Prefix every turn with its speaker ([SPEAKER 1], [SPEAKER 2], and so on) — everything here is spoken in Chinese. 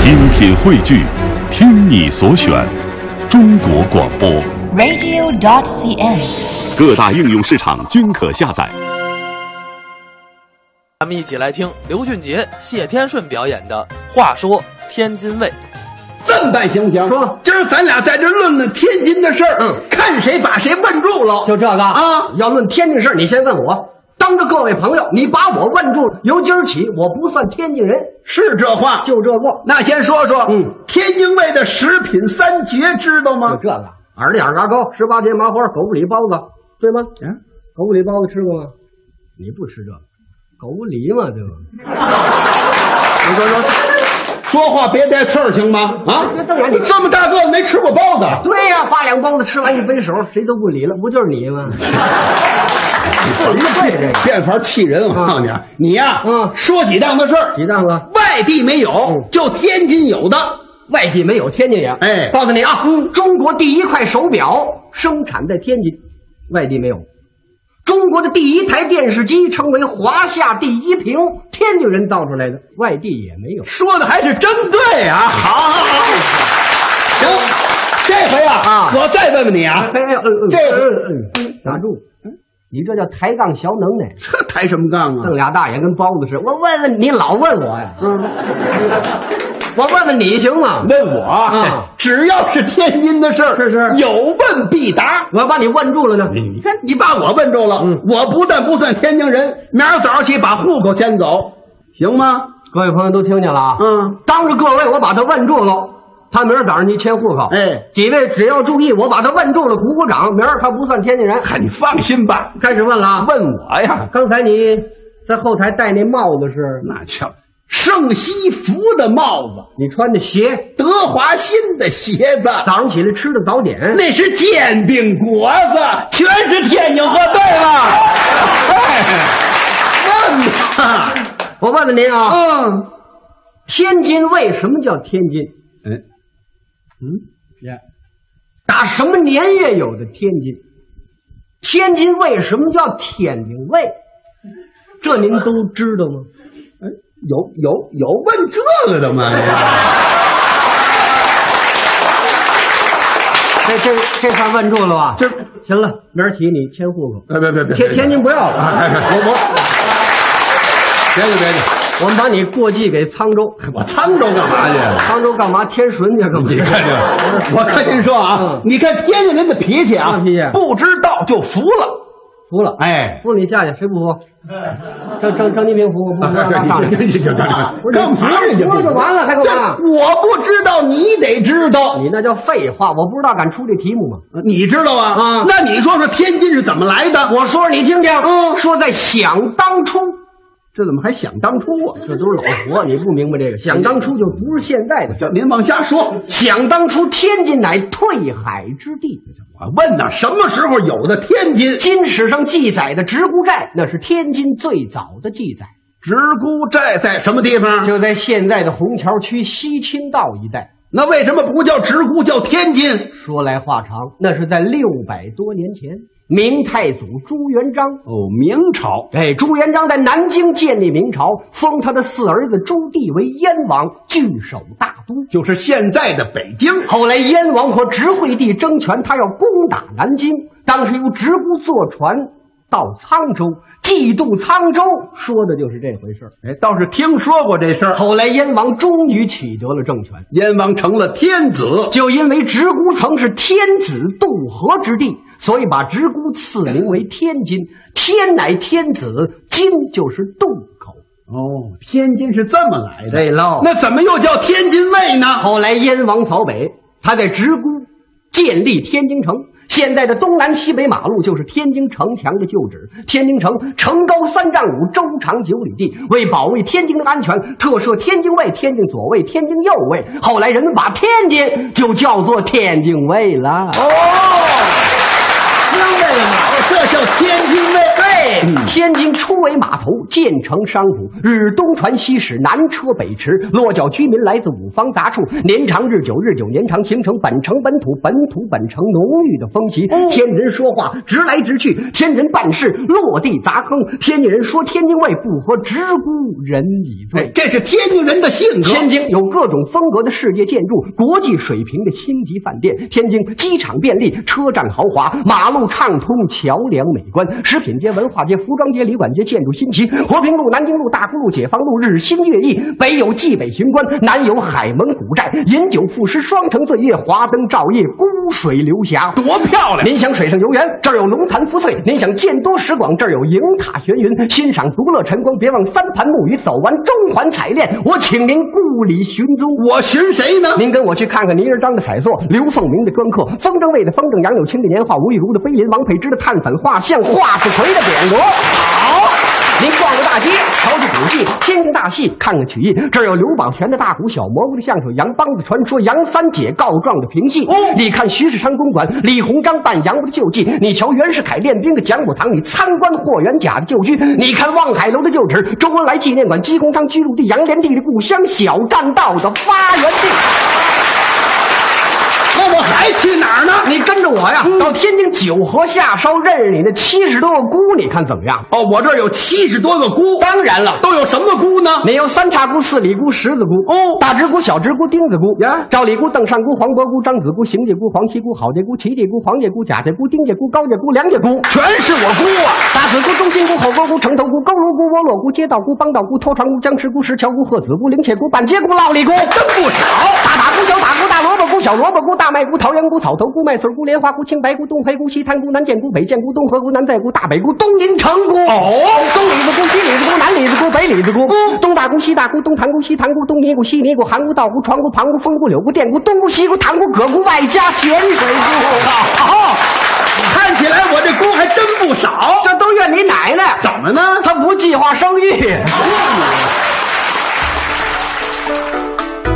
[SPEAKER 1] 精品汇聚，听你所选，中国广播。
[SPEAKER 2] radio.cn。
[SPEAKER 1] 各大应用市场均可下载。
[SPEAKER 3] 咱们一起来听刘俊杰、谢天顺表演的《话说天津卫》。
[SPEAKER 4] 这么办行不行？
[SPEAKER 5] 说
[SPEAKER 4] 今儿咱俩在这论论天津的事儿，
[SPEAKER 5] 嗯
[SPEAKER 4] 看谁把谁问住了。
[SPEAKER 5] 就这个
[SPEAKER 4] 啊
[SPEAKER 5] 要论天津事儿，你先问我。当着各位朋友，你把我问住，由今儿起我不算天津人，
[SPEAKER 4] 是这话。
[SPEAKER 5] 就这个，
[SPEAKER 4] 那先说说，
[SPEAKER 5] 嗯，
[SPEAKER 4] 天津卫的食品三绝知道
[SPEAKER 5] 就
[SPEAKER 4] 吗？
[SPEAKER 5] 这个。耳朵眼牙膏，十八节麻花，狗不理包子，对吗？
[SPEAKER 4] 嗯，
[SPEAKER 5] 狗不理包子吃过吗？你不吃这个，狗不理嘛，对吧？
[SPEAKER 4] 你说说，说话别带刺儿行吗？啊，
[SPEAKER 5] 那瞪眼你
[SPEAKER 4] 这么大个子没吃过包子，
[SPEAKER 5] 对呀、八两包子吃完一分手，谁都不理了，不就是你 吗？
[SPEAKER 4] 什么这哎变法气人！我告诉你啊，你呀，
[SPEAKER 5] 嗯
[SPEAKER 4] 说几档子事儿，
[SPEAKER 5] 几档子？
[SPEAKER 4] 外地没有
[SPEAKER 5] 嗯，
[SPEAKER 4] 就天津有的。
[SPEAKER 5] 外地没有，天津有。
[SPEAKER 4] 哎
[SPEAKER 5] 告诉你啊，中国第一块手表生产在天津，外地没有。中国的第一台电视机称为华夏第一屏，天津人造出来的，外地也没有。
[SPEAKER 4] 说的还是真对啊！ 好，好，好，行，这回啊，
[SPEAKER 5] 啊
[SPEAKER 4] 我再问问你啊，
[SPEAKER 5] 哎哎呦，
[SPEAKER 4] 这嗯
[SPEAKER 5] 这打住！你这叫抬杠小能耐，
[SPEAKER 4] 这抬什么杠啊
[SPEAKER 5] 瞪？俩大眼跟包子似的。我问问你，老问我呀？嗯， 我问问你行吗？
[SPEAKER 4] 问我
[SPEAKER 5] 啊
[SPEAKER 4] 只要是天津的事儿，
[SPEAKER 5] 是是
[SPEAKER 4] 有问必答。
[SPEAKER 5] 我要把你问住了呢。
[SPEAKER 4] 你看，你把我问住了，
[SPEAKER 5] 嗯
[SPEAKER 4] 我不但不算天津人，明儿早上起把户口迁走，行吗？
[SPEAKER 5] 啊各位朋友都听见了啊？
[SPEAKER 4] 嗯，
[SPEAKER 5] 当着各位，我把他问住了。他明儿早上去迁户口。
[SPEAKER 4] 哎，
[SPEAKER 5] 几位只要注意，我把他问住了，鼓鼓掌。明儿他不算天津人。
[SPEAKER 4] 嗨，你放心吧，
[SPEAKER 5] 开始问了啊，
[SPEAKER 4] 问我呀，
[SPEAKER 5] 刚才你在后台戴那帽子是？
[SPEAKER 4] 那叫圣西服的帽子，
[SPEAKER 5] 你穿的鞋？
[SPEAKER 4] 德华新的鞋子，
[SPEAKER 5] 早上起来吃的早点？
[SPEAKER 4] 那是煎饼果子，全是天津话，对 吧？哎问他，
[SPEAKER 5] 我问问您啊，
[SPEAKER 4] 嗯，
[SPEAKER 5] 天津为什么叫天津？
[SPEAKER 4] 哎，
[SPEAKER 5] 打什么年月有的天津？天津为什么叫天津卫？这您都知道吗？
[SPEAKER 4] 哎有有有问这个的吗？
[SPEAKER 5] 这这这算问住了吧？
[SPEAKER 4] 这
[SPEAKER 5] 行了，明儿起你迁户口。
[SPEAKER 4] 别别别别，
[SPEAKER 5] 天天津不要了， 我
[SPEAKER 4] 别别别，
[SPEAKER 5] 我我们把你过继给沧 州，
[SPEAKER 4] 我沧州干嘛去？
[SPEAKER 5] 沧州干嘛？天顺去干嘛？
[SPEAKER 4] 你看这，我跟您说啊
[SPEAKER 5] 嗯，
[SPEAKER 4] 你看天津人的脾气啊
[SPEAKER 5] 什么脾气，
[SPEAKER 4] 不知道就服了，
[SPEAKER 5] 服了，
[SPEAKER 4] 哎。
[SPEAKER 5] 服你下去，谁不服？ 张张张金平服我不服，让
[SPEAKER 4] 哎
[SPEAKER 5] 上 去。不是
[SPEAKER 4] 干嘛呀？
[SPEAKER 5] 服了就完了还干嘛
[SPEAKER 4] 对我不知道，你得知道。
[SPEAKER 5] 你那叫废话，我不知道敢出这题目吗？
[SPEAKER 4] 你知道啊？
[SPEAKER 5] 啊
[SPEAKER 4] 那你说说天津是怎么来的？
[SPEAKER 5] 我说说你听听，说在想当初，
[SPEAKER 4] 这怎么还想当初啊？
[SPEAKER 5] 这都是老 活，你不明白这个。想当初就不是现在的事。
[SPEAKER 4] 这您往下说，我
[SPEAKER 5] 想当初，天津乃退海之地，
[SPEAKER 4] 问呐，什么时候有的天津？
[SPEAKER 5] 金史上记载的直沽寨，那是天津最早的记载。
[SPEAKER 4] 直沽寨在什么地方？
[SPEAKER 5] 就在现在的虹桥区西青道一带。
[SPEAKER 4] 那为什么不叫直沽，叫天津？
[SPEAKER 5] 说来话长，那是在六百多年前，明太祖朱元璋，
[SPEAKER 4] 哦，明朝。
[SPEAKER 5] 哎，朱元璋在南京建立明朝，封他的四儿子朱棣为燕王，据守大都。
[SPEAKER 4] 就是现在的北京，
[SPEAKER 5] 后来燕王和直惠帝争权，他要攻打南京，当时由直沽坐船到沧州，济渡沧州，说的就是这回事儿。哎
[SPEAKER 4] 哎，倒是听说过这事儿。
[SPEAKER 5] 后来燕王终于取得了政权，
[SPEAKER 4] 燕王成了天子，
[SPEAKER 5] 就因为直沽曾是天子渡河之地，所以把直沽赐名为天津。天乃天子，津就是渡口。
[SPEAKER 4] 哦，天津是这么来的。
[SPEAKER 5] 对喽
[SPEAKER 4] 那怎么又叫天津卫呢？
[SPEAKER 5] 后来燕王扫北，他在直沽建立天津城。现在的东南西北马路就是天津城墙的旧址。天津城城高三丈五，周长九里地。为保卫天津的安全，特设天津卫、天津左卫、天津右卫。后来人们把天津就叫做天津卫了。
[SPEAKER 4] 哦，听这个吗？这叫天津卫。
[SPEAKER 5] 对
[SPEAKER 4] 嗯
[SPEAKER 5] 哎天津初为码头，建成商贾，日东船西驶，南车北驰，落脚居民来自五方杂处，年长日久，日久年长，形成本城本土，本土本城浓郁的风气。天津人说话直来直去，天津人办事落地砸坑，天津人说天津味，不喝直沽人已醉。
[SPEAKER 4] 哎这是天津人的性格。
[SPEAKER 5] 天津有各种风格的世界建筑，国际水平的星级饭店。天津机场便利，车站豪华，马路畅通，桥梁美观，食品街、文化街、服装街、旅馆街，建筑新奇。和平路、南京路、大沽路、解放路日新月异，北有蓟北巡官，南有海门古寨，饮酒赋诗，双城醉夜，华灯照夜，孤水流霞。
[SPEAKER 4] 多漂亮！
[SPEAKER 5] 您想水上游园，这儿有龙潭福翠；您想见多识广，这儿有迎塔悬云。欣赏独乐晨光，别忘三盘木鱼，走完中环彩练。我请您故里寻踪。
[SPEAKER 4] 我寻谁呢？
[SPEAKER 5] 您跟我去看看倪仁章的彩塑，刘凤鸣的篆刻，风筝卫的风筝，杨柳青的年画，吴玉如的碑林，王佩芝的炭粉画像，华士奎的匾额。好，您逛逛大街，瞧瞧古迹，听听大戏，看看曲艺。这儿有刘宝全的大鼓，小蘑菇的相声，杨梆子传说，杨三姐告状的评戏。你看徐世昌公馆，李鸿章办洋务的旧迹，你瞧袁世凯练兵的讲武堂，你参观霍元甲的旧居，你看望海楼的旧址，周恩来纪念馆，姬鸿昌居住地，杨连娣的故乡，小栈道的发源地。
[SPEAKER 4] 那我还去哪儿呢？嗯
[SPEAKER 5] 你跟着我呀，到天津九河下梢认识你那七十多个姑，你看怎么样？
[SPEAKER 4] 哦，我这儿有七十多个姑，
[SPEAKER 5] 当然了。
[SPEAKER 4] 都有什么姑呢？
[SPEAKER 5] 你有三叉姑、四里姑、十子姑，
[SPEAKER 4] 哦
[SPEAKER 5] 大直姑、小直姑、丁子姑
[SPEAKER 4] 呀
[SPEAKER 5] 赵李姑、邓善姑、黄伯姑、张子姑、邢家姑、黄七姑、郝家姑、齐家姑、黄家姑、贾家姑、丁家姑、高家姑、梁家姑。
[SPEAKER 4] 全是我姑啊！
[SPEAKER 5] 大子姑、中心姑、后沟姑、城头姑、沟炉姑、窝落姑、街道姑、帮道姑、拖床姑、江池姑、石桥姑、鹤子姑、灵切姑、板街姑、烙里姑，真不少。大塔姑、小塔姑、大萝卜姑、小萝卜姑、大麦姑、桃园姑、草头姑、麦穗姑、莲花姑、青白姑、东黑姑、西滩姑、南涧姑、北涧姑、东河姑、南寨姑、大北姑、东营城姑。哦，东李子姑、西李子姑、南李子姑、北李子姑，东大姑、西大姑、东塘姑、西塘姑、东泥姑、西泥姑、韩姑、道姑、床姑、旁姑、风姑、柳姑、店姑、东姑、西姑、塘姑、葛姑，外加咸水姑。
[SPEAKER 4] 好，看起来我这姑还真不少。
[SPEAKER 5] 这都怨你奶奶。
[SPEAKER 4] 怎么呢？
[SPEAKER 5] 他不计划生育。